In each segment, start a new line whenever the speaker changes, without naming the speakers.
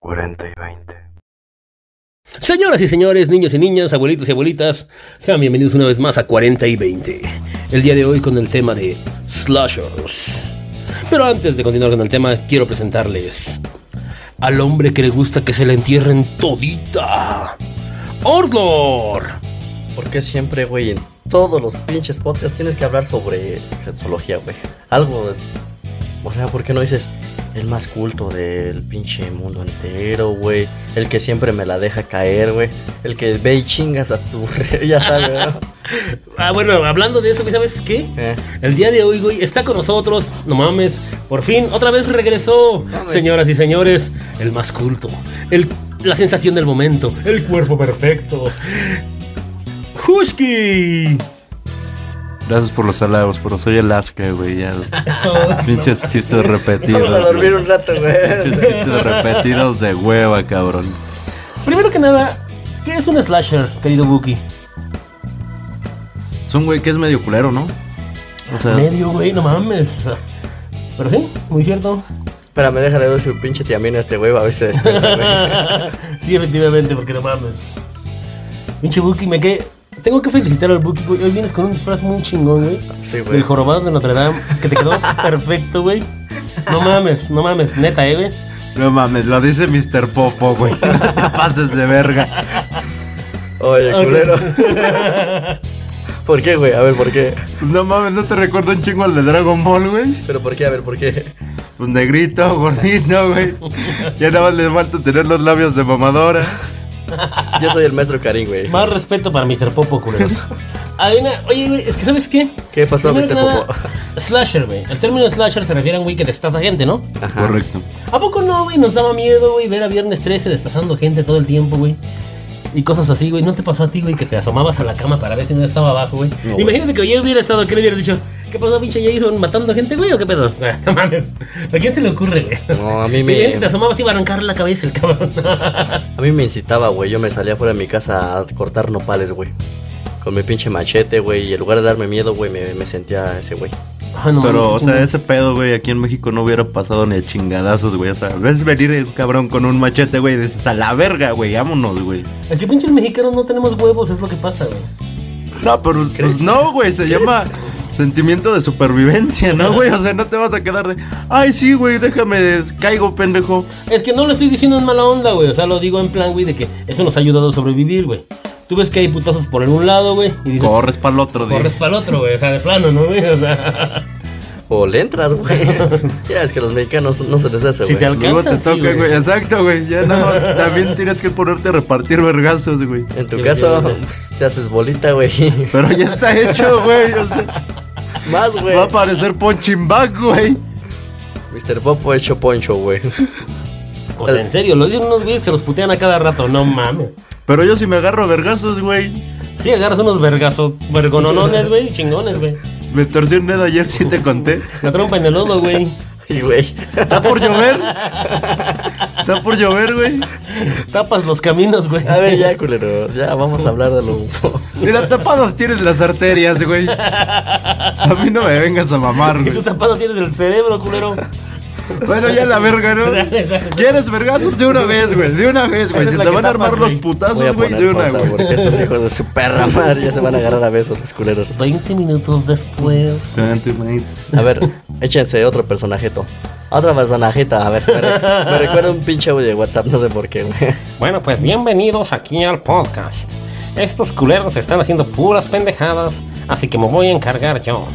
40 y 20.
Señoras y señores, niños y niñas, abuelitos y abuelitas, sean bienvenidos una vez más a 40 y 20. El día de hoy con el tema de Slushers. Pero antes de continuar con el tema, quiero presentarles al hombre que le gusta que se le entierren todita. Ordlor.
¿Por qué siempre, güey, en todos los pinches podcasts tienes que hablar sobre sexología, güey? Algo. de- O sea, ¿por qué no dices el más culto del pinche mundo entero, güey? El que siempre me la deja caer, güey. El que ve y chingas a tu. ya sabes, ¿no?
Ah, bueno, hablando de eso, güey, ¿sabes qué?
Eh.
El día de hoy, güey, está con nosotros, no mames, por fin, otra vez regresó,
mames.
señoras y señores, el más culto, el, la sensación del momento, el cuerpo perfecto. ¡Hushki!
Gracias por los halagos, pero soy Alaska, güey. Ya. Pinches chistes repetidos.
Vamos a dormir un rato,
güey.
güey.
Pinches chistes repetidos de hueva, cabrón.
Primero que nada, ¿qué es un slasher, querido Buki?
Es un güey que es medio culero, ¿no? O sea,
Medio, güey, no mames. Pero sí, muy cierto.
Espérame, déjale doy su pinche tiamina a este güey, a ver si se despierta, güey.
sí, efectivamente, porque no mames. Pinche Buki, me quedé. Tengo que felicitar al Buki, güey. Hoy vienes con un disfraz muy chingón, güey.
Sí, güey.
Del jorobado de Notre Dame, que te quedó perfecto, güey. No mames, no mames, neta, eh, güey.
no mames, lo dice Mr. Popo, güey. No te pases de verga.
Oye,
Ok.
culero. ¿Por qué, güey? A ver, ¿por qué?
Pues No mames, no te recuerdo un chingo al de Dragon Ball, güey.
¿Pero por qué? A ver, ¿por qué?
Pues negrito, gordito, güey. Ya nada más le falta tener los labios de mamadora.
Yo soy el maestro Karim, güey.
Más respeto para Mr. Popo, culeros. Hay una- oye, güey, es que ¿sabes qué?
¿Qué pasó,
Primero
Mr.
que nada,
Popo?
Slasher, güey. El término slasher se refiere a un güey que destaza gente, ¿no?
Correcto.
¿A poco no, güey? Nos daba miedo, güey, ver a Viernes 13 destazando gente todo el tiempo, güey. Y cosas así, güey. ¿No te pasó a ti, güey, que te asomabas a la cama para ver si no estaba abajo, güey?
güey.
Imagínate que yo hubiera estado, ¿qué le hubiera dicho? ¿Qué pasó, pinche Jason? ¿Matando gente, güey? ¿O qué pedo? Ah, no mames. ¿A quién se le ocurre, güey?
No, a mí
Y bien que
me,
te asomabas y iba a arrancar la cabeza el cabrón.
a mí me incitaba, güey. Yo me salía fuera de mi casa a cortar nopales, güey. Con mi pinche machete, güey. Y en lugar de darme miedo, güey, me, me sentía ese güey.
Ah, no,
Pero, o
mames,
sea, ese pedo, güey, aquí en México no hubiera pasado ni a chingadazos, güey. O sea, ves venir un cabrón con un machete, güey, y dices, a la verga, güey, vámonos, güey.
Es que pinches mexicanos no tenemos huevos, es lo que pasa, güey.
No, pero pues,
¿Crees?
no, güey, se llama sentimiento de supervivencia, ¿no, güey? O sea, no te vas a quedar de, ay, sí, güey, déjame, caigo, pendejo.
Es que no lo estoy diciendo en mala onda, güey. O sea, lo digo en plan, güey, de que eso nos ha ayudado a sobrevivir, güey. Tú ves que hay putazos por algún lado, güey, y dices,
Corres para el otro día.
corres para el otro, güey. O sea, de plano, ¿no? güey? O sea,
O le entras, güey. ya es que los mexicanos no se les hace,
si te
güey.
Este Luego te
alcanzan, sí,
toca, güey. Exacto, güey. Ya nada más, también tienes que ponerte a repartir vergazos, güey.
En tu
Sí,
caso,
güey.
pues, te haces bolita, güey.
Pero ya está hecho, güey. O sea,
Más, güey.
va a aparecer Ponchimbac, güey.
Mr. Popo hecho poncho, güey.
O sea, en serio, lo dicen unos güeyes que se los putean a cada rato, no mames.
Pero yo sí me agarro a vergazos, güey.
Sí, agarras unos vergazos, vergononones, güey, chingones, güey.
Me torcí un dedo ayer, sí te conté.
La trompa en el lodo, güey.
Y, güey.
Está por llover. Está por llover, güey.
Tapas los caminos, güey.
A ver, ya, culeros. Ya, vamos a hablar de lo UFO.
Mira, tapadas tienes las arterias, güey. A mí no me vengas a mamar,
Que tú
güey.
tapado tienes el cerebro, culero.
Bueno, ya la verga, ¿no? ¿Quieres vergazos? De una vez, güey. De una vez, güey.
Esa es
Si
la
te
que
van a armar
tapas,
los
güey.
Voy
putazos,
a
güey,
poner
de una,
pausa,
güey.
porque estos hijos de su perra madre ya se van a agarrar a besos los culeros.
20 minutos después.
Tanto, mates.
A ver, échense otro personaje, to. Otra personajita, a ver, me, re- me recuerda un pinche audio de WhatsApp, no sé por qué, güey.
Bueno, pues bienvenidos aquí al podcast. Estos culeros están haciendo puras pendejadas, así que me voy a encargar yo.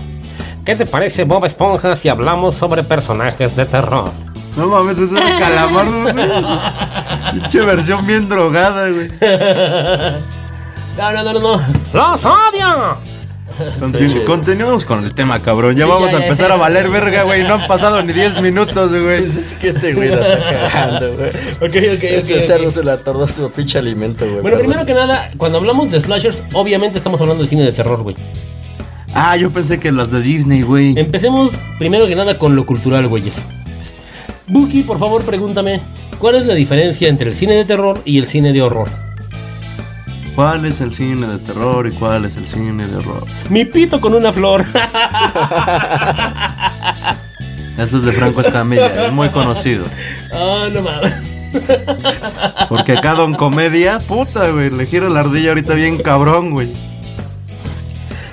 ¿Qué te parece Bob Esponja si hablamos sobre personajes de terror?
No mames, eso era calamardo, güey. Pinche versión bien drogada, güey.
No, no, no, no. ¡Los odio!
Continu- Continuamos con el tema, cabrón. Ya
Sí,
vamos
ya,
a
ya,
empezar
ya.
a valer verga, güey. No han pasado ni 10 minutos, güey.
Pues es que este güey la está cagando, güey.
Ok, ok,
Este
ok,
cerdo
ok.
se le atoró su pinche alimento, güey.
Bueno,
perdón.
primero que nada, cuando hablamos de slashers, obviamente estamos hablando de cine de terror, güey.
Ah, yo pensé que las de Disney,
Em-
güey.
Empecemos primero que nada con lo cultural, güeyes. Buki, por favor, pregúntame, ¿cuál es la diferencia entre el cine de terror y el cine de horror?
¿Cuál es el cine de terror y cuál es el cine de horror?
Mi pito con una flor.
Eso es de Franco Escamilla, es muy conocido.
Ah, no mames.
Porque acá Don Comedia, puta, güey, le gira la ardilla ahorita bien cabrón, güey.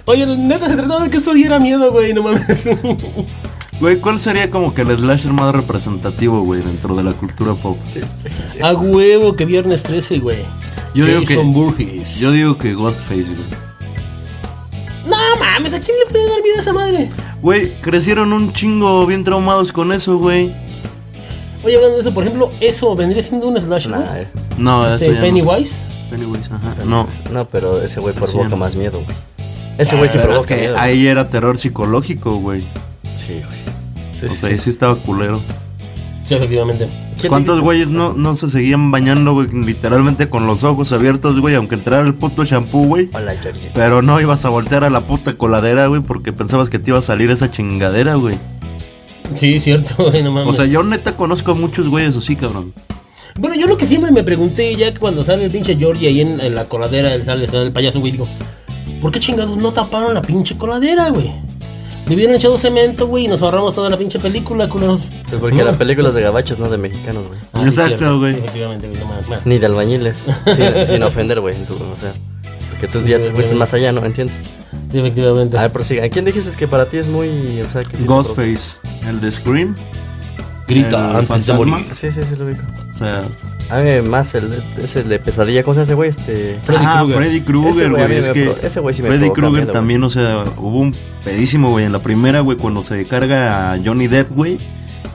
Oye, neta, se trataba de que esto diera miedo, güey, no mames.
Güey, ¿cuál sería como que el slasher más representativo, güey, dentro de la cultura pop?
A huevo que viernes 13, güey.
Yo digo que-
Jason Burgess.
Yo digo que Ghostface, güey.
No mames, ¿a quién le puede dar miedo a esa madre?
Güey, crecieron un chingo bien traumados con eso, güey.
Oye, hablando de eso, por ejemplo, eso vendría siendo un slasher.
Nah,
¿no?
eh,
No, eso
Este,
ya no.
Pennywise.
Pennywise, ajá. No.
no, pero ese güey
Sí,
provoca
no.
más miedo, güey. Ese güey sí
Pero es
provoca
que
miedo. güey.
ahí era terror psicológico, güey.
Sí, güey. Sí,
O
sí,
sea,
sí.
ahí sí estaba culero.
Sí, efectivamente.
¿Quién
¿Cuántos
dijo?
güeyes no, no se seguían bañando, güey? Literalmente con los ojos abiertos, güey, aunque entrara el puto shampoo, güey.
Hola, Georgie.
Pero no ibas a voltear a la puta coladera, güey, porque pensabas que te iba a salir esa chingadera, güey.
Sí, cierto, güey, no mames.
O sea, yo neta conozco a muchos güeyes así, cabrón.
Bueno, yo lo que siempre me pregunté, ya que cuando sale el pinche Georgie ahí en, en la coladera, el, sale, sale el payaso, güey, digo, ¿por qué chingados no taparon la pinche coladera, güey? Le hubieran echado cemento, güey, y nos ahorramos toda la pinche película, culeros.
Pues porque las películas de gabachos no es de mexicanos, güey.
Ah, sí,
Exacto,
cierto,
güey.
Efectivamente, güey, no mames, mames.
Ni de albañiles. sin, sin ofender, güey. tú, O sea, porque tú ya te fuiste más allá, ¿no? ¿Entiendes?
Sí, efectivamente.
Ah,
Ah,
A ver, prosiga. ¿Quién dijiste que para ti es muy. O sea, que sí te
Ghostface, el de Scream. el
Eh,
fantasma.
provoca? Sí, sí, sí, lo ubico.
O sea,
A mí más el, es el de pesadilla. ¿Cómo se hace, güey? Este.
Freddy
ah,
Krueger.
Freddy
Ese
Krueger,
güey a mí
güey. Es
me
que
pro- ese güey sí me
Freddy
provoca
Krueger
miedo,
también, o sea, hubo un pedísimo, güey. En la primera, güey, cuando se carga a Johnny Depp, güey,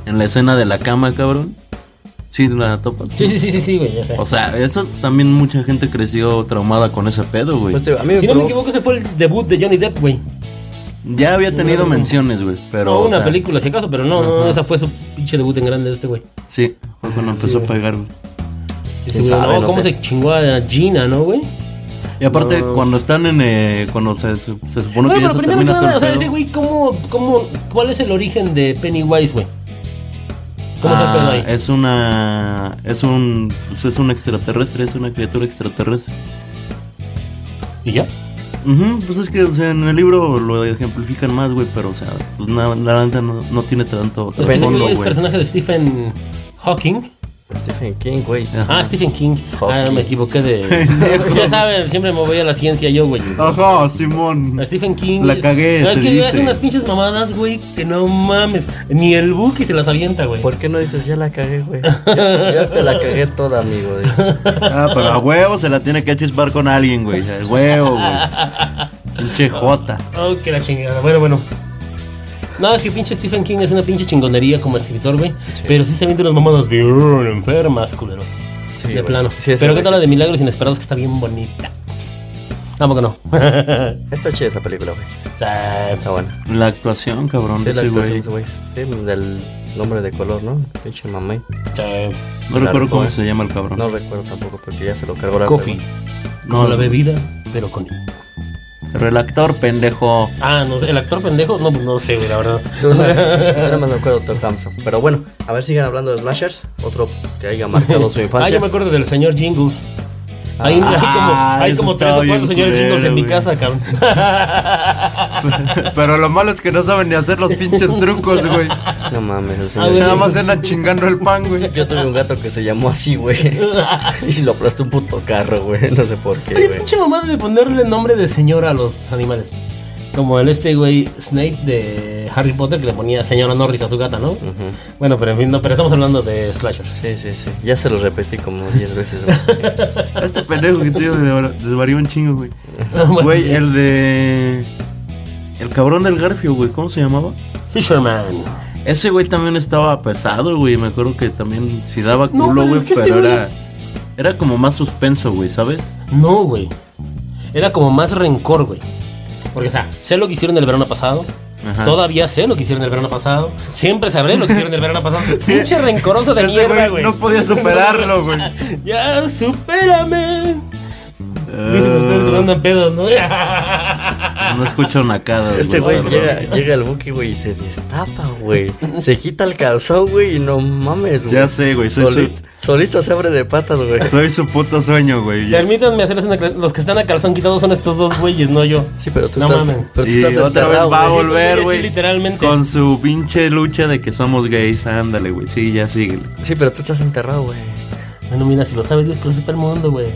en la escena de la cama, cabrón. Sí, la topas.
Sí, sí, sí, sí, sí, güey, ya sé.
O sea, eso también mucha gente creció traumada con ese pedo, güey.
Pues, te digo, a mí me
Si no me
provoca-
equivoco, ese fue el debut de Johnny Depp, güey.
Ya había tenido menciones, güey, pero...
No,
o
una
sea,
película, si acaso, pero no, no, esa fue su pinche debut en grande de este, güey.
Sí, fue cuando empezó a pegar, güey.
Sí,
¿Quién
güey,
sabe?
no,
No
cómo
sé.
se chingó a Gina, ¿no, güey?
Y aparte, cuando están en... eh, cuando se, se, se supone que
Bueno,
ya
pero
se
primero que
termina todo
nada,
el
o sea,
pedo.
ese güey, ¿cómo, cómo, ¿cuál es el origen de Pennywise, güey? ¿Cómo
Ah,
está el pedo ahí?
es una... Es un... pues, es un extraterrestre, es una criatura extraterrestre.
¿Y ya?
Ujú, pues es que, o sea, en el libro lo ejemplifican más, güey, pero, o sea, pues nada, la neta no, no tiene tanto
Es que ese
trasfondo,
güey es
güey.
personaje de Stephen Hawking.
Stephen King, güey.
Ah, Stephen King. Ah,
Hawking.
me equivoqué de. ya saben, siempre me voy a la ciencia yo, güey.
Ajá, Simón.
A Stephen King.
La cagué,
No, Es
se
que
dice.
hace unas pinches mamadas, güey, que no mames. Ni el Buki se las avienta, güey.
¿Por qué no dices ya la cagué, güey? Ya, ya te la cagué toda, amigo. güey.
Ah, pero a huevo se la tiene que chispar con alguien, güey. A huevo, güey. Pinche Jota.
Oh, que la chingada. Bueno, bueno. No, es que pinche Stephen King es una pinche chingonería como escritor, güey. Pero sí se vienen unas mamadas bien enfermas, culeros.
Sí,
de
güey.
plano.
Sí, ese
pero
güey
qué tal
sí.
la de Milagros Inesperados que está bien bonita. Tampoco no. o
Está chida esa película, güey.
sea,
Está buena.
La actuación, cabrón,
Sí,
de
la
ese
actuación de
güey.
ese güey. Sí, del hombre de color, ¿no? Pinche mamá.
o sea,
No recuerdo
Claro,
cómo
fue.
se llama el cabrón.
No recuerdo tampoco porque ya se lo cargó la
coffee.
güey.
Como
No,
la
no.
bebida, pero con.
Pero el actor, pendejo.
Ah, no sé, el actor pendejo, no, pues no sé, güey, la verdad.
Yo nada más me acuerdo de Tom Hampson. Pero bueno, a ver, sigan hablando de Slashers. Otro que haya marcado su
Ah,
infancia.
yo me acuerdo del señor Jingles. Hay, hay
Ah,
como, hay
eso
como tres
estaba
o cuatro
bien
señores
culero,
Jingles en mi
güey.
casa, cabrón.
Pero lo malo es que no saben ni hacer los pinches trucos, güey.
No mames, el
Ah,
señor.
güey. Nada más
andan chingando el pan, güey.
Yo tuve un gato que se llamó así, güey. Y si lo aplastó un puto carro, güey. No sé por qué,
Oye,
güey.
pinche mamada de ponerle nombre de señor a los animales. Como el este güey Snape de Harry Potter que le ponía señora Norris a su gata, ¿no?
Ujú.
Bueno, pero en fin, no, pero estamos hablando de slashers.
Sí, sí, sí. Ya se los repetí como 10 veces. güey.
Este pendejo que te digo se desvar- desvarió un chingo, güey.
Bueno,
Güey, el de. El cabrón del Garfio, güey, ¿cómo se llamaba?
Fisherman.
Ese güey también estaba pesado, güey. Me acuerdo que también si daba
No,
culo,
pero
güey,
es que
pero,
este güey-
era. Era como más suspenso, güey, ¿sabes?
No, güey. Era como más rencor, güey. Porque, o sea, sé lo que hicieron el verano pasado.
Ajá.
Todavía sé lo que hicieron el verano pasado. Siempre sabré lo que hicieron el verano pasado. Pinche rencoroso de
Ese
mierda,
güey
güey.
No podía superarlo, güey.
Ya, supérame.
Ah.
Dicen ustedes que andan pedos, ¿no?
No escucho nacadas,
Este güey
la
llega,
verdad.
llega al buque, güey, y se destapa, güey. Se quita el calzón, güey, y no mames, güey.
Ya sé, güey, soy
Solito, solito se abre de patas, güey.
Soy su puto sueño, güey. ya.
Permítanme hacerles una cla- Los que están a calzón quitados son estos dos güeyes, no yo.
Sí, pero tú
No
estás.
mames.
Pero tú
Y
estás
otra vez
enterrado,
va a
güey.
volver,
Sí,
güey.
literalmente.
Con su pinche lucha de que somos gays. Ándale, güey. Sí, ya síguele.
Sí, pero tú estás enterrado, güey.
Bueno, mira, si lo sabes, Dios que lo sepa el mundo, güey.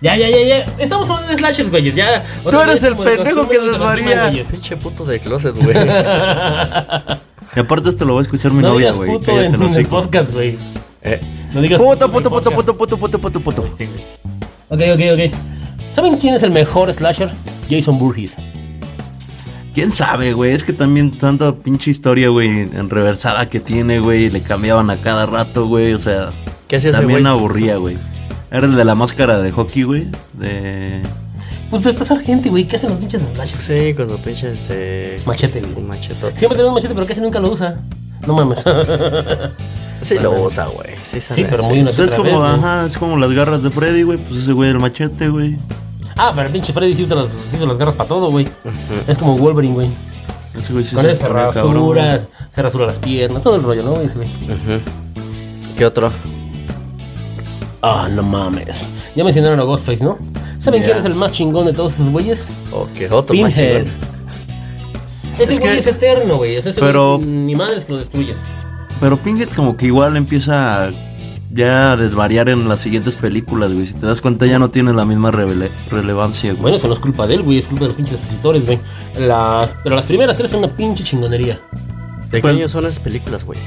Ya, ya, ya, ya. Estamos hablando de slashers, güeyes. Ya.
Tú eres el pendejo que desvaría.
desvaría
Pinche puto de closet, güey.
Y aparte esto lo va a escuchar mi
No
novia,
digas
güey.
puto
Cállate
en,
el
en el
hocico.
podcast, güey.
Eh,
No digas
Puto,
en el
puto, puto,
podcast.
puto, puto, puto, puto, puto.
este, güey.
Ok, ok, ok. ¿Saben quién es el mejor slasher? Jason Burgess.
¿Quién sabe, güey? Es que también tanta pinche historia, güey, enreversada que tiene, güey. Le cambiaban a cada rato, güey. O sea,
¿Qué hacía ese
también
güey?
aburría, güey. Era el de la máscara de hockey, güey. De...
Pues está sargente, güey. ¿Qué hacen los pinches slashers?
Sí, con su pinche este.
Machete,
Su
güey.
machetote.
Siempre tenemos machete, pero casi nunca lo usa. No mames.
Sí, lo usa, güey.
sí,
Sí, sabe,
pero
sí.
muy una
Pues
que
es
otra
como,
vez, güey.
ajá, es como las garras de Freddy, güey. Pues ese güey del machete, güey.
Ah, pero el pinche Freddy sí te las, sí te las garras para todo, güey. Es como Wolverine, güey.
Ese güey sí
Con esas
se ponía cabrón, güey.
cerraduras, se rasura las piernas, todo el rollo, ¿no? Ese güey.
Ujú. ¿Qué otro?
Ah, no mames. Ya mencionaron a Ghostface, ¿no? ¿Saben
Ya.
quién es el más chingón de todos esos güeyes?
¿O qué otro? más
Pinhead.
chingón?
Ese
Es
güey
que-
es eterno, güey. Es ese
Pero-
güey, ni madre es que lo destruyes.
Pero Pinhead como que igual empieza a ya a desvariar en las siguientes películas, güey. Si te das cuenta ya no tiene la misma revele- relevancia, güey.
Bueno, eso no es culpa de él, güey. Es culpa de los pinches escritores, güey. Las... Pero las primeras tres son una pinche chingonería.
¿De qué
Pues-
año son esas películas, güey?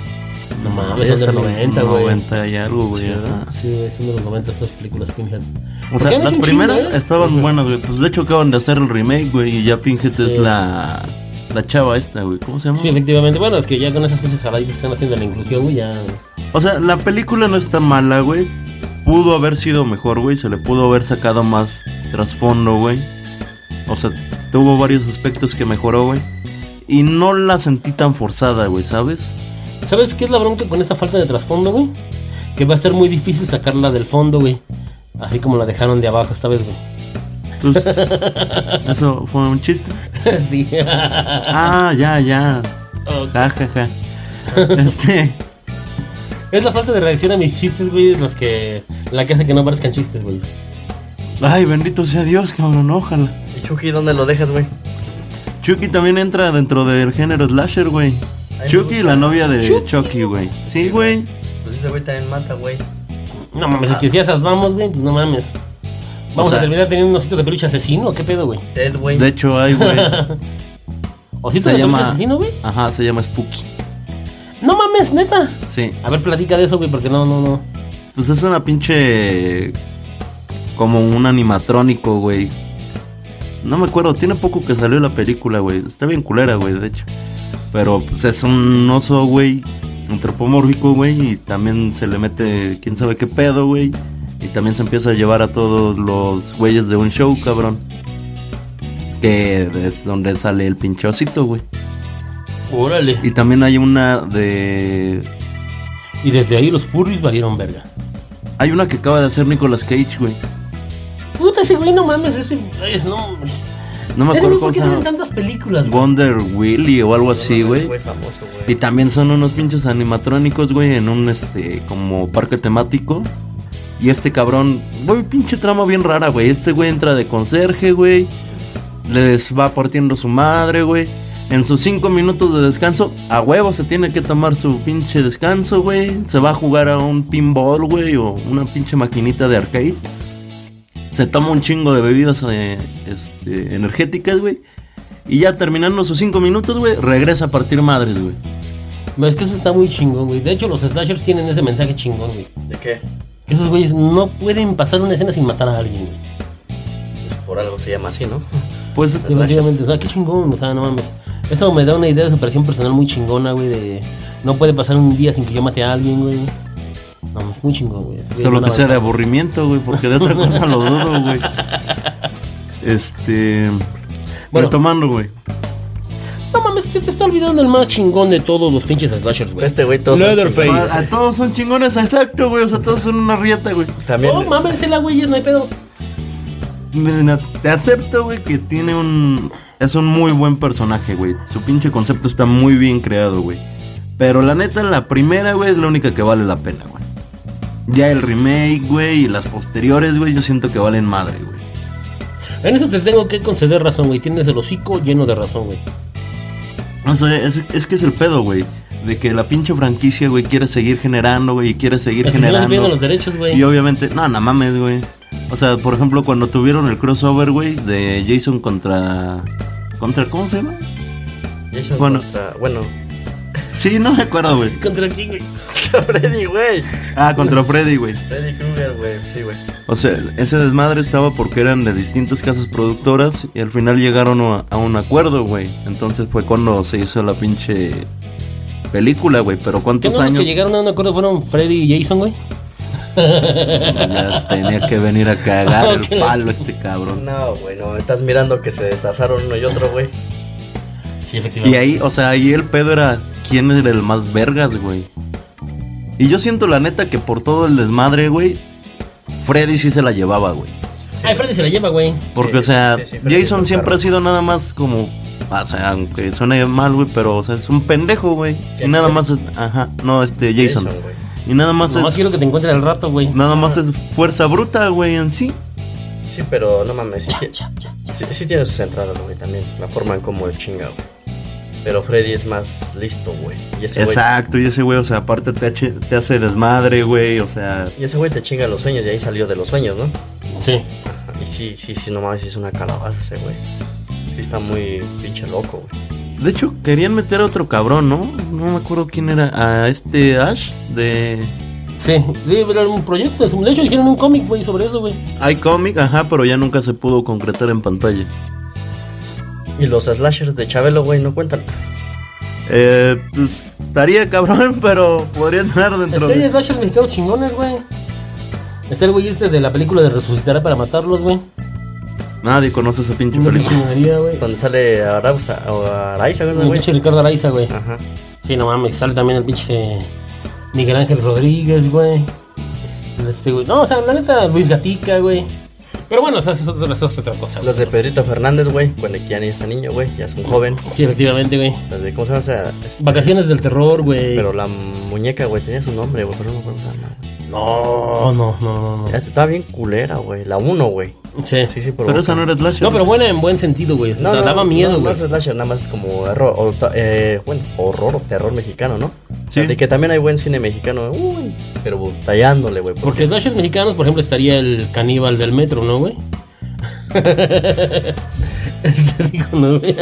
No mames, son de
Hasta
los
los
90, güey.
90 y algo, güey. ajá.
Sí, güey, son de los 90 estas películas Pinhead.
O
¿Por
sea,
qué no es
las
un
primeras
chingo, eh?
estaban buenas, güey. Pues de hecho acaban de hacer el remake, güey. Y ya Pinhead es la, la chava esta, güey. ¿Cómo se llama?
Sí, efectivamente. Bueno, es que ya con esas pinches jaladitas que están haciendo la inclusión, güey, ya.
O sea, la película no está mala, güey. Pudo haber sido mejor, güey. Se le pudo haber sacado más trasfondo, güey. O sea, tuvo varios aspectos que mejoró, güey. Y no la sentí tan forzada, güey, ¿sabes?
¿Sabes qué es la bronca con esa falta de trasfondo, güey? Que va a ser muy difícil sacarla del fondo, güey. Así como la dejaron de abajo esta vez, güey.
Pues, eso fue un chiste.
sí.
Ah, ya, ya.
Ok.
Ja, ja, ja. Este.
Es la falta de reacción a mis chistes, güey, los que... La que hace que no parezcan chistes, güey.
Ay, bendito sea Dios, cabrón, ojalá.
¿Y Chucky dónde lo dejas, güey?
Chucky también entra dentro del género slasher, güey.
me
Chucky,
gusta.
la novia de Chucky, güey. Sí,
Sí,
güey.
Pues ese güey también mata, güey.
No mames, es que si esas vamos, güey, pues no mames. Vamos
O sea-
a terminar teniendo un osito de peluche asesino, ¿qué pedo, güey?
Ted, güey.
De hecho, hay, güey.
¿Osito de peluche asesino, güey?
Ajá, se llama Spooky.
No mames, neta.
Sí.
A ver, platica de eso, güey, porque no, no, no.
Pues es una pinche. Como un animatrónico, güey. No me acuerdo, tiene poco que salió la película, güey. Está bien culera, güey, de hecho. Pero pues es un oso, güey. Antropomórfico, güey. Y también se le mete quién sabe qué pedo, güey. Y también se empieza a llevar a todos los güeyes de un show, cabrón. Que es donde sale el pinche osito, güey.
Órale.
Y también hay una de
Y desde ahí los furries valieron verga.
Hay una que acaba de hacer Nicolas Cage, güey.
Puta, ese güey, no mames, ese... ay, no mames.
No me
Ese güey,
acuerdo cómo
¿por
se
qué salen
llama.
tantas películas, güey?
Wonder Willy o algo así,
No mames,
güey.
es famoso,
Y
güey.
también son unos pinches animatrónicos, güey, en un este como parque temático. Y este cabrón, güey, pinche trama bien rara, güey. Este güey entra de conserje, güey. Les va partiendo su madre, güey. En sus cinco minutos de descanso, a huevo se tiene que tomar su pinche descanso, güey. Se va a jugar a un pinball, güey, o una pinche maquinita de arcade. Se toma un chingo de bebidas eh, este, energéticas, güey. Y ya terminando sus cinco minutos, güey, regresa a partir madres, güey.
Es que eso está muy chingón, güey. De hecho, los slashers tienen ese mensaje chingón, güey.
¿De qué?
Esos güeyes no pueden pasar una escena sin matar a alguien, güey.
Pues por algo se llama así, ¿no?
Pues
Definitivamente, o sea, qué chingón, o sea, no mames. Eso me da una idea de superación personal muy chingona, güey, de no puede pasar un día sin que yo mate a alguien, güey. No, es muy chingón, güey. Es
Solo
una
que sea de
avanzada.
aburrimiento, güey, porque de otra cosa lo dudo, güey. Este.
Bueno.
Retomando, güey.
No mames, se te está olvidando el más chingón de todos los pinches slashers, güey.
Este güey todos son
Leatherface.
chingones.
A, a todos son chingones, exacto, güey. O sea, todos son una rieta, güey.
También.
No, mámensela, güey, no hay pedo.
Mira, Te acepto, güey, que tiene un. Es un muy buen personaje, güey. Su pinche concepto está muy bien creado, güey. Pero la neta, la primera, güey, es la única que vale la pena, güey. Ya el remake, güey, y las posteriores, güey, yo siento que valen madre, güey.
En eso te tengo que conceder razón, güey. Tienes el hocico lleno de razón, güey.
Eso es, es- es que es el pedo, güey. De que la pinche franquicia, güey, quiere seguir generando, güey, y quiere seguir
Es que se van
generando.
viendo los derechos, güey.
Y obviamente, no, no mames, güey. O sea, por ejemplo, cuando tuvieron el crossover, güey, de Jason contra. ¿Contra cómo se llama?
Jason
Bueno.
contra- bueno.
Sí, no me acuerdo, güey.
¿Contra quién, güey?
Freddy, güey.
Ah, contra Freddy, güey.
Freddy Krueger, güey. Sí, güey.
O sea, ese desmadre estaba porque eran de distintas casas productoras y al final llegaron a, a un acuerdo, güey. Entonces fue cuando se hizo la pinche película, güey. Pero
¿Qué
¿cuántos
no, los
años?
que llegaron a un acuerdo fueron Freddy y Jason, güey?
Ya tenía que venir a cagar
Ok.
el palo este cabrón.
No, güey, no. Estás mirando que se destazaron uno y otro, güey.
Sí,
Y
efectivamente.
ahí, o sea, ahí el pedo era quién era el más vergas, güey. Y yo siento la neta que por todo el desmadre, güey, Freddy sí se la llevaba, güey.
Ay, Freddy se la lleva, güey.
Porque,
Sí,
o sea,
sí, sí, Freddy es
Jason
un
siempre
perro.
ha sido nada más como. O sea, aunque suene mal, güey, pero, o sea, es un pendejo, güey. Y
Jason.
nada más es. Ajá, no, este, Jason.
güey.
Y nada más
Nomás
es.
quiero que te encuentres al rato, güey.
Nada más es fuerza bruta, güey, en sí.
Sí, pero no mames. Sí, ti- sí, sí tiene sus entradas, güey, también. La forma en como el chinga, güey. Pero Freddy es más listo, güey. Y ese güey.
Exacto, y ese güey, o sea, aparte te, hache- te hace desmadre, güey, o sea.
Y ese güey te chinga los sueños y ahí salió de los sueños, ¿no?
Sí.
Y sí, sí, sí, no mames, sí es una calabaza ese güey. Sí está muy pinche loco, güey.
De hecho, querían meter a otro cabrón, ¿no? No me acuerdo quién era. A este Ash de.
Sí, sí, era un proyecto. De hecho, hicieron un cómic, güey, sobre eso, güey.
iComic, ajá, pero ya nunca se pudo concretar en pantalla.
Y los slashers de Chabelo, güey, no cuentan.
Eh, pues estaría cabrón, pero podría entrar dentro
Está hay
de.
slashers mexicanos chingones, güey. Está el güey este de la película de Resucitará para matarlos, güey.
Nadie conoce esa pinche
Una
película.
chingonería, güey.
Donde sale Arauza o Araiza,
El
güey.
pinche Ricardo Araiza, güey.
Ajá.
Sí, no mames, sale también el pinche Miguel Ángel Rodríguez, güey. Este, güey. No, o sea, la neta, Luis Gatica, güey. Pero bueno, o sea, eso es otra, eso es otra cosa. güey.
Los de Pedrito Fernández, güey. Bueno, que ya ni está niño, güey. Ya es un joven.
Sí, efectivamente, güey.
Las de, ¿cómo se llama esa? Este,
Vacaciones del terror, güey.
Pero la muñeca, güey, tenía su nombre, güey, pero no me acuerdo cómo se llama.
No, Oh, no, no, no. no.
Ya Estaba bien culera, güey. La 1, güey.
Sí,
Oh. Sí, sí, pero.
Pero esa no era ¿eh? Slasher.
No, pero buena en buen sentido, güey. O sea, daba miedo,
no, no
güey.
es slasher, nada más es como horror, o ta- eh, bueno, horror o terror mexicano, ¿no? O sea,
Sí.
de que también hay buen cine mexicano, uy, pero tallándole, güey.
Porque slashers mexicanos, por ejemplo, estaría el caníbal del metro, ¿no, güey? este digo, no, güey.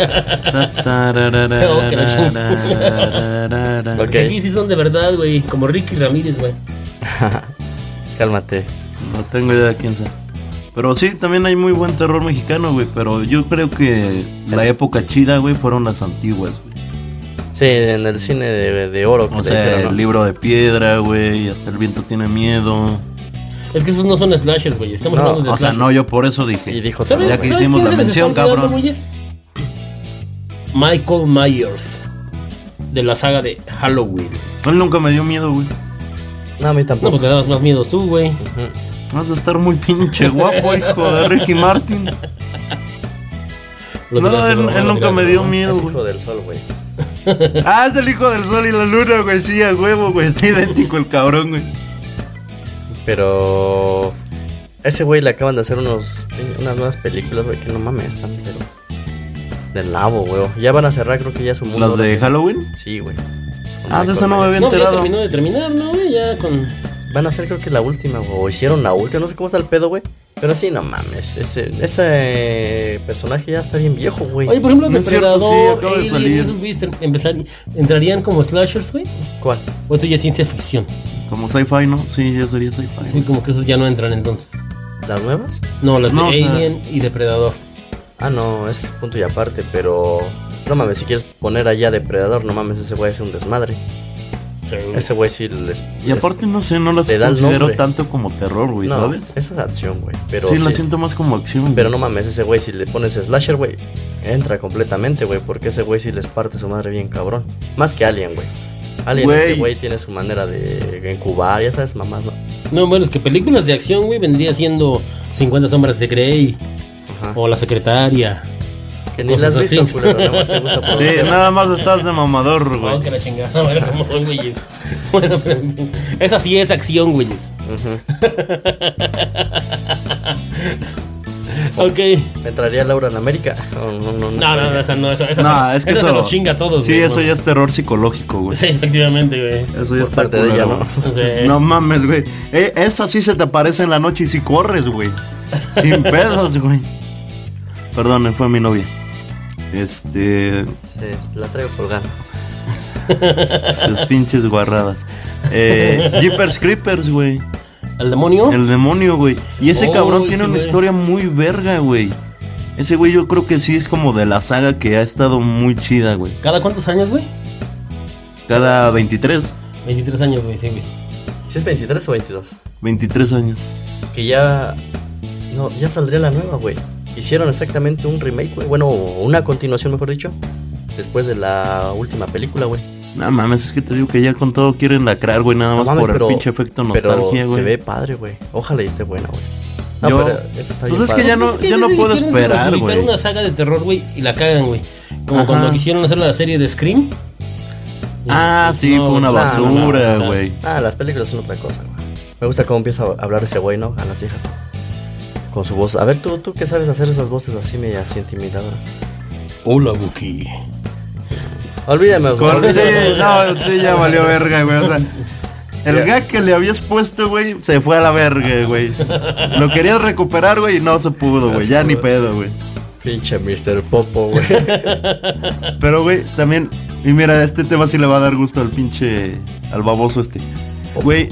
Ok.
Aquí sí son de verdad, güey. Como Ricky Ramírez, güey.
Cálmate.
No tengo idea de quién sea. Pero sí, también hay muy buen terror mexicano, güey. Pero yo creo que la época chida, güey, fueron las antiguas, güey.
Sí, en el cine de, de oro. que
O
le
sea,
dijeron, ¿no?
el libro de piedra, güey. Hasta el viento tiene miedo.
Es que esos no son slashers, güey. Estamos
No,
hablando de
O sea,
slashers.
no, yo por eso
Y
dije.
dijo
¿Sabes-
Ya que
sabes
hicimos la
quiénes les
mención,
están cuidando,
cabrón.
güeyes? Michael Myers. De la saga de Halloween.
Él nunca me dio miedo, güey.
No, a mí
No,
tampoco.
pues le dabas más miedo tú, güey.
Vas a estar muy pinche guapo, hijo de Ricky Martin.
Lo
No,
tiraste,
él,
lo
él nunca
tiraste,
me dio
¿no?
miedo,
es
güey.
hijo del sol, güey.
Ah, es el hijo del sol y la luna, güey. Sí, a huevo, güey. Está idéntico el cabrón, güey.
Pero. a Ese güey le acaban de hacer unos, unas nuevas películas, güey, que no mames, están, pero. Del nabo, güey. Ya van a cerrar, creo que ya su mundo.
¿Las de
ahora
Halloween?
sí. Sí, güey.
Ah, de esa no me
Michael
había
No, pero ya
enterado.
terminó de terminar, ¿no, güey? Ya con...
Van a ser creo que la última, güey, o hicieron la última, no sé cómo está el pedo, güey. Pero sí, no mames. Ese, ese personaje ya está bien viejo, güey.
Oye, por ejemplo,
No es cierto,
Depredador,
sí, acaba de
Alien,
salir.
esos güeyes en- empezar- ¿entrarían como slashers, güey?
¿Cuál?
¿O eso ya es ciencia ficción?
Como sci-fi, ¿no? Sí, ya sería sci-fi.
Así como que esos ya no entran entonces.
¿Las nuevas?
No, las
No, o
de
sea-
Alien y Depredador.
Ah, no, es punto y aparte, pero. No mames, si quieres poner allá depredador, no mames, ese güey es un desmadre. Ese güey sí les.
Y aparte, no sé, no las
Le da el
considero
nombre.
tanto como terror, güey,
no,
¿sabes?
Esa es acción, güey. Pero
sí,
sí,
la siento más como acción.
Pero no mames, ese güey si le pones slasher, güey, entra completamente, güey, porque ese güey sí les parte su madre bien cabrón. Más que Alien, güey. Alien
Güey.
ese güey tiene su manera de encubar, ya sabes, mamá. ¿no?
No, bueno, es que películas de acción, güey, vendría siendo 50 sombras de Grey
Ajá.
o La Secretaria.
Que ni las
cosas
has visto,
así.
culero, nada más te gusta por
Sí,
hacer-
nada más estás de mamador,
Oh,
güey.
que la chingada, bueno, como son güeyes. Bueno, pero en fin, esa sí es acción, güeyes.
Ujú.
Ok.
¿Entraría Laura en América? No, no, no.
No, no, no, esa no, esa, esa,
No,
se-
es que
esa
eso.
se los chinga a todos,
Sí,
güey.
eso ya es terror psicológico, güey.
Sí, efectivamente, güey.
Eso
Por
ya está
parte de ella,
culero,
¿no?
güey.
O sea,
No mames, güey. Eh, esa sí se te aparece en la noche y si corres, güey. Sin pedos, güey. Perdón, fue mi novia. Este.
Sí, la traigo colgando.
Sus pinches guarradas. Eh, Jeepers Creepers, güey.
¿El demonio?
El demonio, güey. Y ese
Oh,
cabrón
ese
tiene una
güey.
historia muy verga, güey. Ese güey yo creo que sí es como de la saga que ha estado muy chida, güey.
¿Cada cuántos años, güey?
Cada 23,
23 años, güey, sí, güey.
¿Si es 23 o 22?
23 años.
Que ya. No, ya saldría la nueva, güey. Hicieron exactamente un remake, güey. Bueno, una continuación, mejor dicho. Después de la última película, güey.
No mames, es que te digo que ya con todo quieren lacrar, güey, nada
No
más
mames,
por
pero-
el pinche efecto
pero
nostalgia,
Se
güey.
ve padre, güey. Ojalá y esté buena, güey. No,
Yo-
pero esa está bien
Pues es que
padre.
ya no,
Es que
ya no
dicen que
puedo
quieren
esperar,
resucitar
güey.
una saga de terror, güey, y la cagan, güey. Como
Ajá.
cuando quisieron hacer la serie de Scream.
Ah,
Y-
sí,
no,
fue una
no,
basura,
no, no.
güey.
Ah, las películas son otra cosa, güey. Me gusta cómo empieza a hablar ese güey, ¿no? A las hijas. Con su voz. A ver, tú, tú que sabes hacer esas voces así, media así intimidadoras.
Hola, Buki.
Olvídame,
Con-
olvídame.
sí, no, sí, ya valió verga, güey. O sea, el gag que le habías puesto, güey, se fue a la verga, güey. Lo querías recuperar, güey, y no se pudo, güey. Ya ni pedo, güey.
Pinche Mr. Popo, güey.
Pero, güey, también. Y mira, este tema sí le va a dar gusto al pinche. al baboso este. Güey,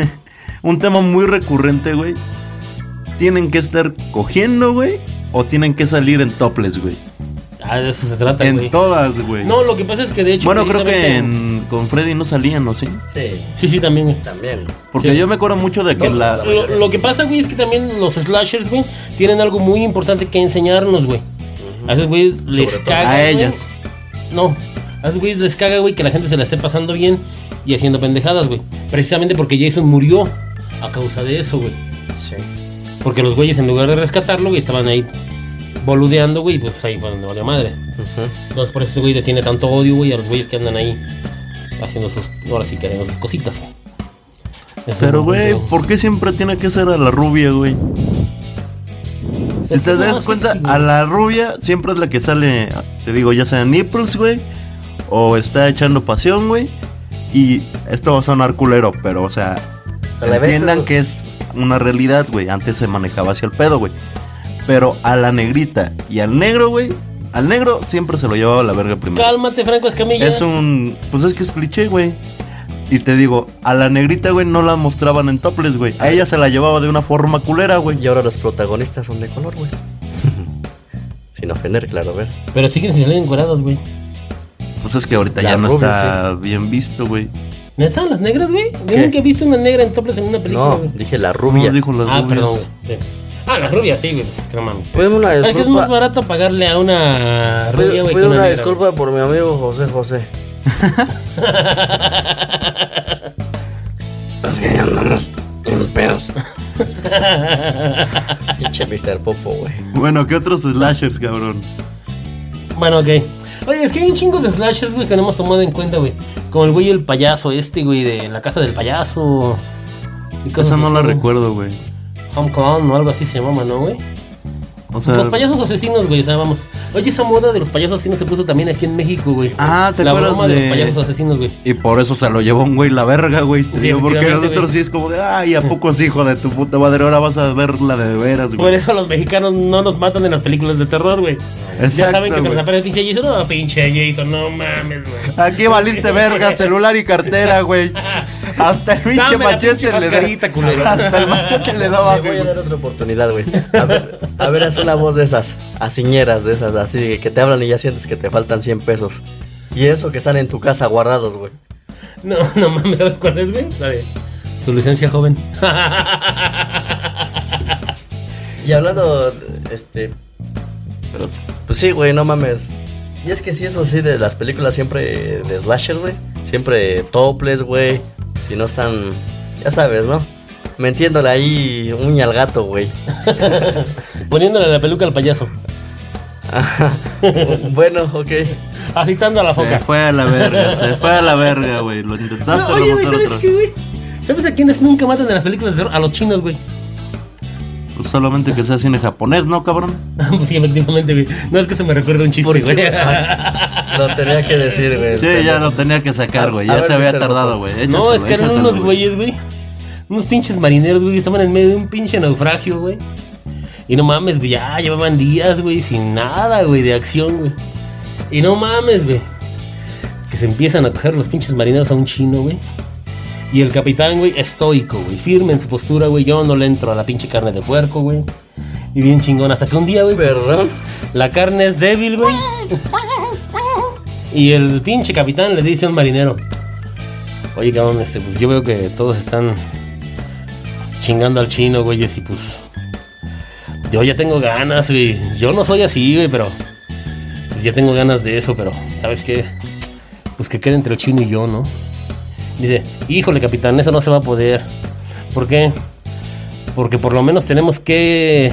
un tema muy recurrente, güey. Tienen que estar cogiendo, güey. O tienen que salir en topless, güey.
Ah, de eso se trata,
En
güey.
todas, güey.
No, lo que pasa es que de hecho.
bueno, creo que
precisamente-
en- con Freddy no salían, ¿no? Sí.
Sí,
Sí, sí, también, güey.
también.
Porque
Sí.
yo me acuerdo mucho de que
No,
la.
lo, lo que pasa, güey, es que también los slashers, güey, tienen algo muy importante que enseñarnos, güey. A esos güeyes les
todo
caga.
A
güey.
ellas.
No. A esos güeyes les caga, güey, que la gente se la esté pasando bien y haciendo pendejadas, güey. Precisamente porque Jason murió a causa de eso, güey.
Sí.
Porque los güeyes, en lugar de rescatarlo, güey, estaban ahí boludeando, güey, y pues ahí fue donde valió madre. Entonces, por eso ese güey le tiene tanto odio, güey, a los güeyes que andan ahí haciendo sus. Ahora sí que haciendo sus cositas, güey. Eso
Pero,
no-
güey,
no-
¿por qué siempre tiene que ser a la rubia, güey? Si
Es que
te
es
das
más
cuenta,
sexy, güey.
a la rubia siempre es la que sale, te digo, ya sea en nipples, güey, o está echando pasión, güey. Y esto va a sonar culero, pero, o sea,
A la vez,
entiendan
eso-
que es una realidad, güey. Antes se manejaba hacia el pedo, güey. Pero a la negrita y al negro, güey, al negro siempre se lo llevaba a la verga primero.
Cálmate, Franco Escamilla.
Es un. Pues es que es cliché, güey. Y te digo, a la negrita, güey, no la mostraban en topless, güey. A ella se la llevaba de una forma culera, güey.
Y ahora los protagonistas son de color, güey. Sin ofender, claro, a ver.
Pero siguen sin salir encueradas, güey.
Pues es que ahorita
La
ya no
rubia,
está bien visto, güey.
¿Neta? ¿Las negras, güey? Yo nunca he visto una negra en topless en una película,
No,
güey.
dije las
No
rubias.
dijo las
Ah,
rubias.
perdón, güey. Sí. Ah, las rubias, sí, güey. Pues, es que no mames.
Pueden una
Es que es más
disculpa.
barato pagarle a una
Pues,
rubia,
Pido,
güey, que
pido
a una,
una
negra,
disculpa por mi amigo José José. es que ya andamos en pedos. Pinche Mr. Popo, güey.
Bueno, ¿qué otros slashers, cabrón?
güey. Bueno, ok. Oye, es que hay un chingo de slashers, güey, que no hemos tomado en cuenta, güey. Como el güey el payaso este, güey, de la casa del payaso. Y cosas
Esa no
así,
la
güey.
recuerdo, güey.
Homecoming o algo así se llamaba, ¿no, güey?
O sea,
Los payasos asesinos, güey, o sea, vamos. Oye, esa moda de los payasos asesinos se puso también aquí en México, güey.
Ah, ¿te
la
acuerdas
broma de...
de-
los payasos asesinos, güey.
Y por eso se lo llevó un güey la verga, güey. Te
Sí,
digo, porque
efectivamente,
nosotros
güey.
sí es como de, ay, ¿a poco sí, hijo de tu puta madre? Ahora vas a ver la de veras,
Por
güey.
eso los mexicanos no nos matan en las películas de terror, güey. ya saben que se les
güey.
aparece el pinche Jason. No, pinche Jason, no mames, güey.
Aquí valiste verga, celular y cartera, güey. Hasta el pinche
Dame la pinche
machete le
mascarita, culero.
da. Hasta el machete le daba,
Le voy a
güey.
dar otra oportunidad, güey. A ver, a ver, haz una voz de esas, asiñeras de esas, así de que te hablan y ya sientes que te faltan 100 pesos. Y eso que están en tu casa guardados, güey.
No, no mames, ¿sabes cuál es, güey? La de su licencia joven.
Y hablando, este. pero, pues sí, güey, no mames. Y es que sí, eso sí, de las películas siempre de slasher, güey. Siempre toples, güey. Si no están. Ya sabes, ¿no? Metiéndole ahí uña al gato, güey.
Poniéndole la peluca al payaso.
bueno, ok.
Agitando a la foca.
Se fue a la verga, se fue a la verga, güey. Lo intentaste
No, oye, güey,
rebotar
¿sabes
otra
qué,
vez.
güey? ¿Sabes a quiénes nunca matan en las películas de terror? A los chinos, güey.
Pues solamente que sea cine japonés, ¿no, cabrón?
Pues sí, efectivamente, güey. No es que se me recuerde un chiste,
¿Por
güey.
qué? Ah, Lo tenía que decir, güey.
Sí, ya lo tenía que sacar, güey.
Este, A
Ya
ver,
se había
Mr.
tardado,
Rojo.
güey.
No,
Échatelo,
es que eran
échatelo,
unos güeyes, güey. Unos pinches marineros, güey. que Estaban en medio de un pinche naufragio, güey. Y no mames, güey. Ya llevaban días, güey, sin nada, güey, de acción, güey. Y no mames, güey. Que se empiezan a coger los pinches marineros a un chino, güey. Y el capitán, güey, estoico, güey. Firme en su postura, güey. Yo no le entro a la pinche carne de puerco, güey. Y bien chingón. Hasta que un día, güey.
Perdón.
La carne es débil, güey. Y el pinche capitán le dice a un marinero: Oye, cabrón, este, pues yo veo que todos están chingando al chino, güey. Y pues. Yo ya tengo ganas, güey. Yo no soy así, güey, pero. Pues ya tengo ganas de eso, pero. ¿Sabes qué? Pues que quede entre el chino y yo, ¿no? Dice: Híjole, capitán, eso no se va a poder. ¿Por qué? Porque por lo menos tenemos que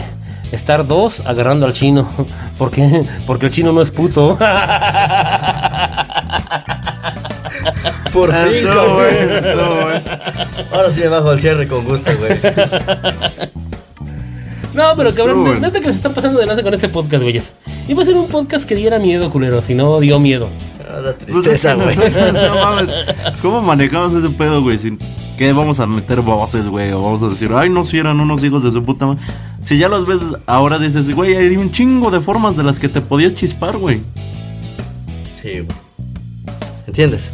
estar dos agarrando al chino. ¿Por qué? Porque el chino no es puto.
Por
Ah,
fin,
Estuvo,
güey.
güey. Estuvo, güey.
Ahora sí me bajo el cierre con gusto, güey.
No, pero cabrón,
Muy
neta
bueno.
que se están pasando de lanza con este podcast, güeyes. Iba a ser un podcast que diera miedo, culero, si no dio miedo.
Ah, da
Pues
Este
es
tristeza,
que
güey.
nosotros, no mames, ¿Cómo manejamos ese pedo, güey? Sin- ¿Qué vamos a meter voces, güey? O vamos a decir, ay, no, si eran unos hijos de su puta madre. Si ya los ves, ahora dices, güey, hay un chingo de formas de las que te podías chispar, güey.
Sí, güey. ¿Entiendes?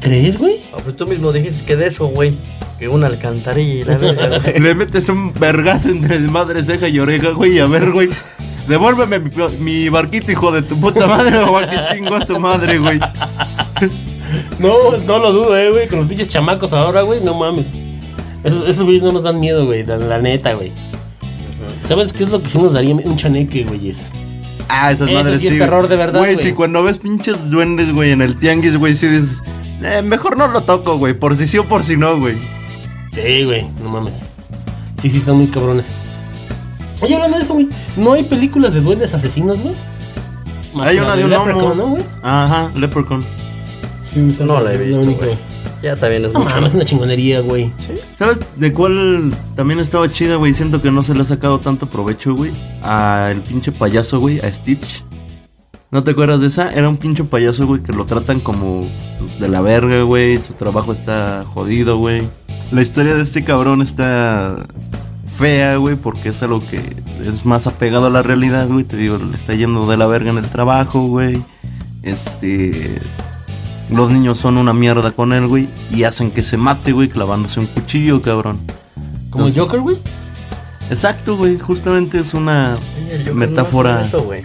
¿Crees, güey?
Ah, pues tú mismo dijiste que de eso, güey. Que una alcantarilla y la verga, güey.
Le metes un vergazo entre madre, ceja y oreja, güey, y a ver, güey. Devuélveme mi, mi barquito, hijo de tu puta madre, o a que chingo a su madre, güey.
No, no lo dudo, eh, güey, con los pinches chamacos ahora, güey, no mames. Esos, esos güeyes no nos dan miedo, güey, la, la neta, güey. ¿Sabes qué es lo que sí nos daría? miedo? Un chaneque, güeyes.
Ah, esas
Eso
madres
sí es
güey.
terror de verdad,
Güey,
güey.
si cuando ves pinches duendes, güey, en el tianguis, güey, si dices, "Eh, mejor no lo toco, güey, por si sí o por si no, güey.
Sí, güey, no mames. Sí, sí, están muy cabrones. Oye, hablando de eso, güey, ¿no hay películas de duendes asesinos, güey? Más
Hay
que
una
la
de un
Leprechaun,
gnomo.
¿no, güey?
Ajá, Leprechaun.
Sí, esa
No la he
es
visto,
única,
güey. Ya también es
No
mucho.
mames, es una chingonería, güey.
¿Sabes de cuál también estaba chida, güey? Siento que no se le ha sacado tanto provecho, güey. Al pinche payaso, güey, a Stitch. ¿No te acuerdas de esa? Era un pinche payaso, güey, que lo tratan como de la verga, güey. Su trabajo está jodido, güey. La historia de este cabrón está fea, güey, porque es algo que es más apegado a la realidad, güey. Te digo, le está yendo de la verga en el trabajo, güey. Este. Los niños son una mierda con él, güey. Y hacen que se mate, güey, clavándose un cuchillo, cabrón.
Como
Entonces-
Joker, güey.
Exacto, güey. Justamente es una
Oye, el Joker no
metáfora.
hace eso, güey.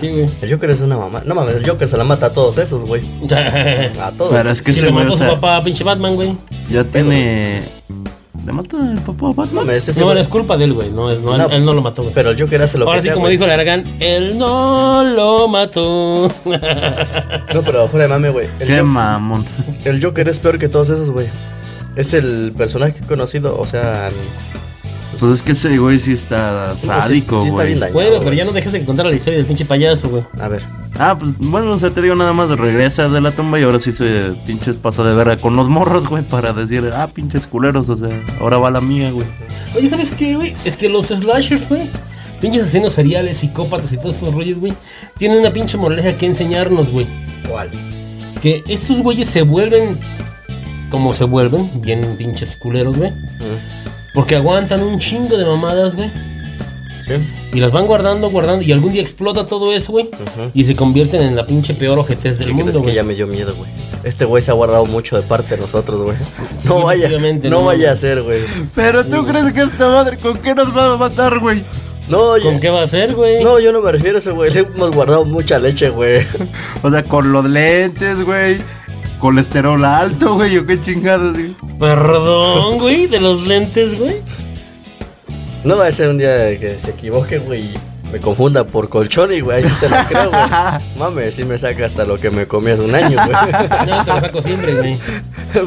Sí, güey.
El Joker es una mamá. No mames, el Joker se la mata a todos esos, güey. A todos.
Pero es que
Que
ese
se
güey,
mató
o
su
sea,
papá, pinche Batman, güey.
ya
pedo,
tiene. ¿Le mató el papá a
No
Batman?
mames, ese
no,
güey-
no es culpa de él, güey. No, es- no, él-
No.
Él, no lo mató, güey.
Pero el Joker hace lo
Ahora
que
sí,
sea,
como
güey.
dijo Largan, él no lo mató.
No, pero fuera de mame, güey. El,
Qué
Jo-
mamón.
el Joker es peor que todos esos, güey. Es el personaje conocido, o sea.
Pues es que ese güey sí está
sí-
sádico,
sí,
güey.
está bien dañado.
Bueno, pero
güey.
ya no dejaste que contara la historia del pinche payaso, güey.
A ver.
Ah, pues bueno, o sea, te digo nada más, regresa de la tumba y ahora sí se pinches pasa de verga con los morros, güey, para decir, ah, pinches culeros, o sea, ahora va la mía, güey.
Oye, ¿sabes qué, güey? Es que los slashers, güey, pinches asesinos seriales, psicópatas y todos esos rollos, güey, tienen una pinche moraleja que enseñarnos, güey.
¿Cuál?
Que estos güeyes se vuelven como se vuelven, bien pinches culeros, güey. Porque aguantan un chingo de mamadas, güey.
Sí.
Y las van guardando, guardando. Y algún día explota todo eso, güey.
Ujú.
Y se convierten en la pinche peor ojetez del
¿Qué crees
mundo,
que
güey.
ya me dio miedo, güey? Este güey se ha guardado mucho de parte de nosotros, güey.
Sí,
No vaya,
obviamente,
no
no,
vaya a
güey.
ser, güey.
Pero tú
Uh.
crees que esta madre, ¿con qué nos va a matar, güey?
No,
¿Con
oye.
qué va a ser, güey?
No, yo no me refiero a ese güey. Le hemos guardado mucha leche, güey.
O sea, con los lentes, güey. Colesterol alto, güey, o qué chingados, güey.
Perdón, güey, de los lentes, güey.
No va a ser un día que se equivoque, güey. y Me confunda por colchón y, güey, ahí sí te lo creo, güey. Mames, sí me saca hasta lo que me comí hace un año, güey.
No, te lo saco siempre, güey.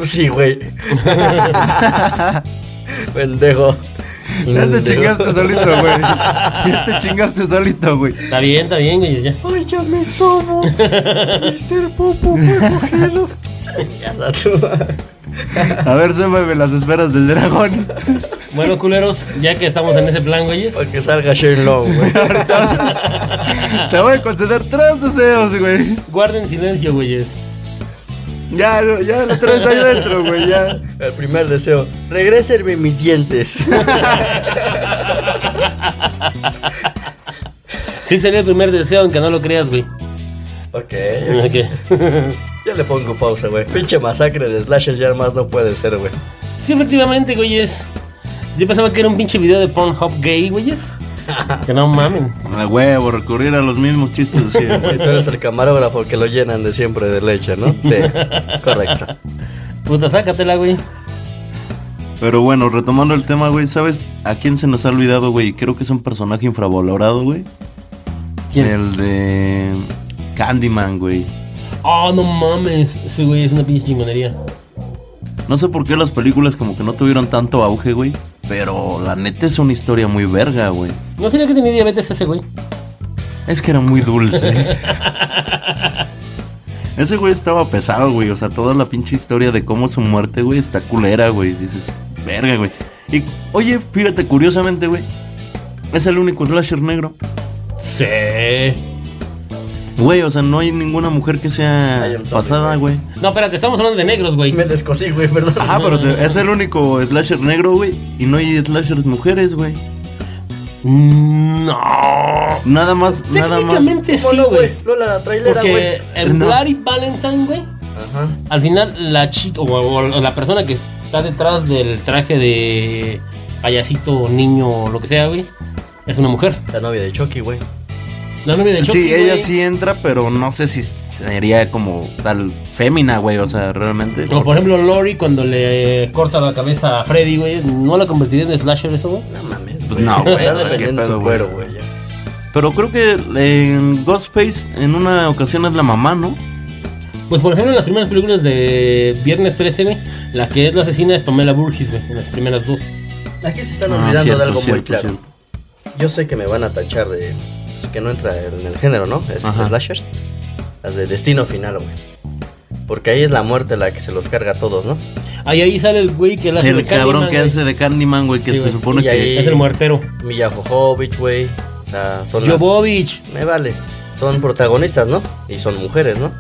sí, güey. Pendejo.
Ya te
Pendejo.
chingaste solito, güey. Ya te chingaste solito, güey.
Está bien, está bien, güey, ya.
Ay, ya me sobo. Mister Popo fue cogido. Ya está tú.
A ver, súbeme las esferas del dragón.
Bueno, culeros, ya que estamos en ese plan, güeyes.
Para que salga Shenlong, güey.
Te voy a conceder tres deseos, güey.
Guarden silencio, güeyes.
Ya, no, ya lo traes ahí dentro, güey, ya.
El primer deseo. Regrésenme mis dientes.
Sí sería el primer deseo, aunque no lo creas, güey.
ok.
Ok.
Ya le pongo pausa, güey. Pinche masacre de slasher ya más no puede ser, güey.
Sí, efectivamente, güeyes. Yo pensaba que era un pinche video de Pornhub gay, güeyes. Que no mamen.
A huevo, recurrir a los mismos chistes de siempre.
Y tú eres el camarógrafo que lo llenan de siempre de leche, ¿no? Sí, correcto.
Puta, sácatela, güey.
Pero bueno, retomando el tema, güey, ¿sabes a quién se nos ha olvidado, güey? Creo que es un personaje infravalorado, güey.
¿Quién?
El de Candyman, güey.
Oh, no mames. Ese güey es una pinche chingonería.
No sé por qué las películas como que no tuvieron tanto auge, güey. Pero la neta es una historia muy verga, güey.
¿No sería que tenía diabetes ese güey?
Es que era muy dulce. Ese güey estaba pesado, güey. O sea, toda la pinche historia de cómo su muerte, güey, está culera, güey. Dices, verga, güey. Y, oye, fíjate, curiosamente, güey. Es el único slasher negro.
Sí.
Güey, o sea, no hay ninguna mujer que sea
I am sorry,
pasada,
güey.
güey.
No, espérate, estamos hablando de negros, güey.
Me descosí, güey, perdón.
Ajá, Ah, pero te- es el único slasher negro, güey. Y no hay slashers mujeres, güey.
No.
Nada más, nada más.
Técnicamente
¿Cómo
sí,
no,
güey.
Lola, la trailera,
Porque
güey.
en
No.
Bloody Valentine, güey,
Ajá.
al final la chica o, o la persona que está detrás del traje de payasito, niño o lo que sea, güey, es una mujer.
La novia de Chucky, güey.
La novia de Chucky,
Sí, ella
güey.
sí entra, pero no sé si sería como tal fémina, güey. O sea, realmente.
O por ejemplo, Lori cuando le eh, corta la cabeza a Freddy, güey, ¿no la convertiría en slasher eso, güey?
No mames.
Pues no, güey,
Está
güey,
dependiendo
qué
de
pedo,
su
güey.
cuero, güey. ya.
Pero creo que en Ghostface en una ocasión es la mamá, ¿no?
Pues por ejemplo, en las primeras películas de Viernes 13, güey, la que es la asesina es Pamela Burgess, güey, en las primeras dos.
Aquí se están
Ah,
olvidando
cierto,
de algo muy
cierto,
claro.
cierto.
Yo sé que me van a tachar de. pues, que no entra en el género, ¿no? Es,
Ajá.
slashers. Las de Destino Final, güey. Porque ahí es la muerte la que se los carga a todos, ¿no?
Ahí ahí sale el güey que la hace
El
de Candyman,
cabrón que
güey.
hace de Candyman, güey, que
Sí,
se
güey.
supone
Y
que.
ahí-
es el muertero.
Milla Jojovich, güey. O sea, son las-
Jovovich.
Me vale. Son protagonistas, ¿no? Y son mujeres, ¿no?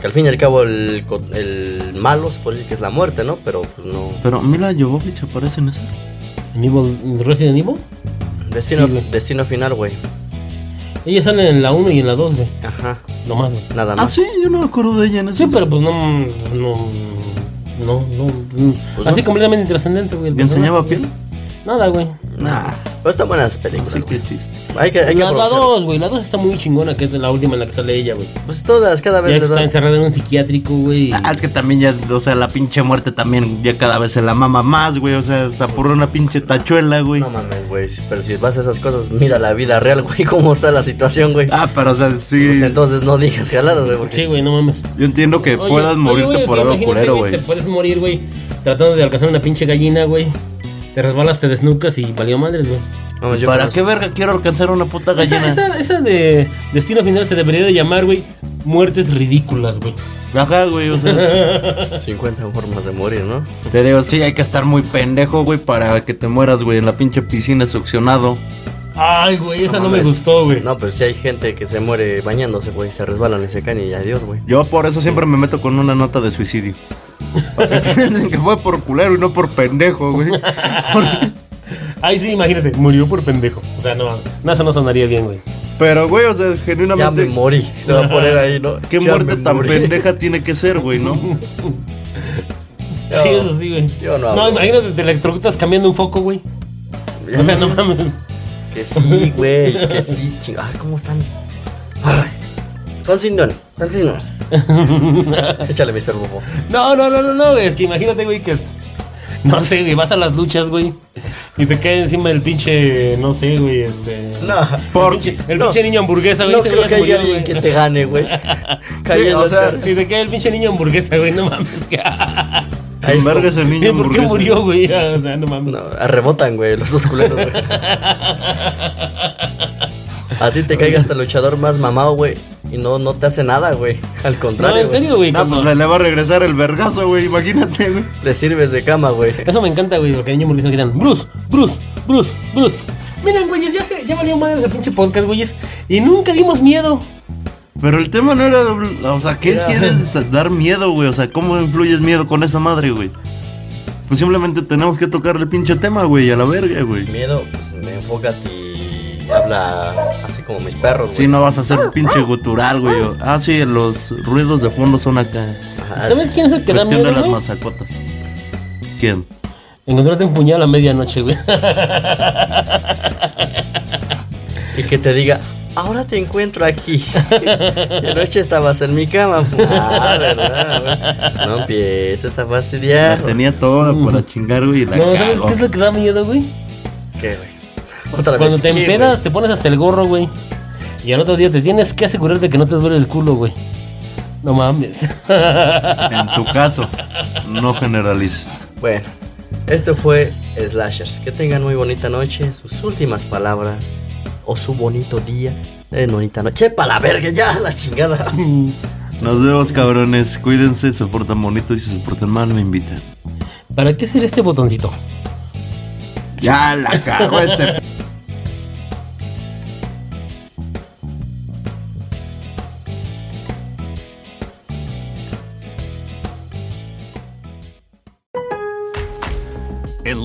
Que al fin y al cabo el, co- el malo se puede decir que es la muerte, ¿no? Pero pues no.
Pero Mila Jovovich aparece en esa.
¿En Evil- Resident Evil?
Destino,
Sí, güey.
destino final, güey.
Ellas salen en la 1 y en la 2, güey.
Ajá.
Nomás, güey.
Nada
Ah,
más.
sí, yo no me acuerdo de ella en esa.
Sí, pero pues no. No. No, no.
Pues
así
no.
completamente intrascendente, güey. el
¿Te enseñaba
personaje, güey.
piel?
Nada, güey.
Nah,
Pero están buenas películas.
así
güey.
que chiste.
Hay que, hay que
La, la
aprovechar.
2, güey. La 2 está muy chingona, que es la última en la que sale ella, güey.
Pues todas, cada
Ya
vez
que
les
está
dan.
encerrada en un psiquiátrico, güey. y-
Ah, es que también ya, o sea, la pinche muerte también ya cada vez se la mama más, güey. O sea, hasta por una pinche tachuela, güey.
No mames, güey. si- Pero si vas a esas cosas, mira la vida real, güey. ¿Cómo está la situación, güey?
Ah, pero o sea, sí.
Pues entonces no digas jaladas, güey. Porque
Sí, güey, no mames.
Yo entiendo que
Oye,
puedas
oye,
morirte
güey, es
por
que
algo
imagínate,
culero,
Te
güey.
puedes morir, güey. Tratando de alcanzar una pinche gallina, güey. Te resbalas, te desnucas y valió madres, güey.
No, yo
¿Para
conozco-
qué verga quiero alcanzar una puta
Esa,
gallina?
esa, esa de Destino Final se debería de llamar, güey, Muertes Ridículas, güey.
Ajá, güey, o sea,
50 formas de morir, ¿no?
te digo, sí, hay que estar muy pendejo, güey, para que te mueras, güey, en la pinche piscina succionado.
Ay, güey, esa no, me
mames.
gustó, güey.
No, pero si hay gente que se muere bañándose, güey, se resbalan y se caen y adiós, güey.
Yo por eso siempre me meto con una nota de suicidio. Para que piensen que fue por culero y no por pendejo, güey.
Ay, sí, imagínate, murió por pendejo. O sea, no, NASA no sonaría bien, güey.
Pero, güey, o sea,
Ya me
genuinamente.
morí. Lo voy a poner ahí, ¿no?
¿Qué
Ya
muerte
me
tan
morí.
pendeja tiene que ser, güey, no?
Yo-
sí, eso sí, güey.
yo no
No,
hablo.
imagínate, te electrocutas cambiando un foco, güey. O sea, no mames.
Que sí, güey, que sí, ching- Ay, ¿cómo están? Ay. Continúen, continúen. Échale, Mr. Bobo.
No, no, no, no, no, güey, es que imagínate, güey, que. No sé, güey, vas a las luchas, güey. Y te cae encima el pinche. No sé, güey, este.
No,
Por-
El pinche, el
no.
pinche niño hamburguesa, güey.
no
ese
creo
güey
que
ya se
haya
murió,
alguien que
güey.
te gane, güey. Cayendo
o sea,
en
Y te cae el pinche niño hamburguesa, güey, no mames. que-
Ahí es
Embarga ese niño
¿Por qué
hamburguesa.
murió, güey? O sea, no mames.
No, rebotan, güey, los dos culeros, güey. A ti te caiga hasta el luchador más mamado, güey. Y no, no te hace nada, güey. Al
No,
contrario.
en
güey.
serio, güey.
No,
como-
pues le, le va a regresar el vergazo, güey, imagínate, güey.
Le sirves de cama, güey.
Eso me encanta, güey, porque niño hamburguesa gritan, Bruce, Bruce, Bruce, Bruce. Miren, güeyes, ya, se, ya valió madre ese pinche podcast, güeyes. Y nunca dimos miedo.
Pero el tema no era. O sea, ¿qué
Era-
quieres dar miedo, güey? O sea, ¿cómo influyes miedo con esa madre, güey? Pues simplemente tenemos que tocar el pinche tema, güey, a la verga, güey.
Miedo, pues me enfócate y habla así como mis perros, güey.
Sí, no vas a hacer pinche gutural, güey. o- Ah, sí, los ruidos de fondo son acá.
Ajá,
¿Sabes quién es el que da
Cuestión de
miedo,
las
güey?
mazacotas. ¿Quién?
Encontrarte un puñal a medianoche, güey.
Y que te diga, ahora te encuentro aquí. De noche estabas en mi cama. Ah, verdad, güey. No empieces a
La
fastidiar.
tenía toda para chingar, güey, y la
No, ¿sabes
cago.
qué es lo que da miedo, güey?
¿Qué, güey? Otra vez.
Cuando te
¿qué, güey?
empedas, te pones hasta el gorro, güey. Y al otro día te tienes que asegurarte que no te duele el culo, güey. No mames.
En tu caso, no generalices.
Bueno, esto fue Slashers. Que tengan muy bonita noche. Sus últimas palabras o su bonito día. Eh, bonita noche. Chepa la verga, ya, la chingada.
Nos vemos, cabrones. Cuídense, se portan bonitos y si se portan mal, me invitan.
¿Para qué hacer este botoncito?
Ya la cago este
En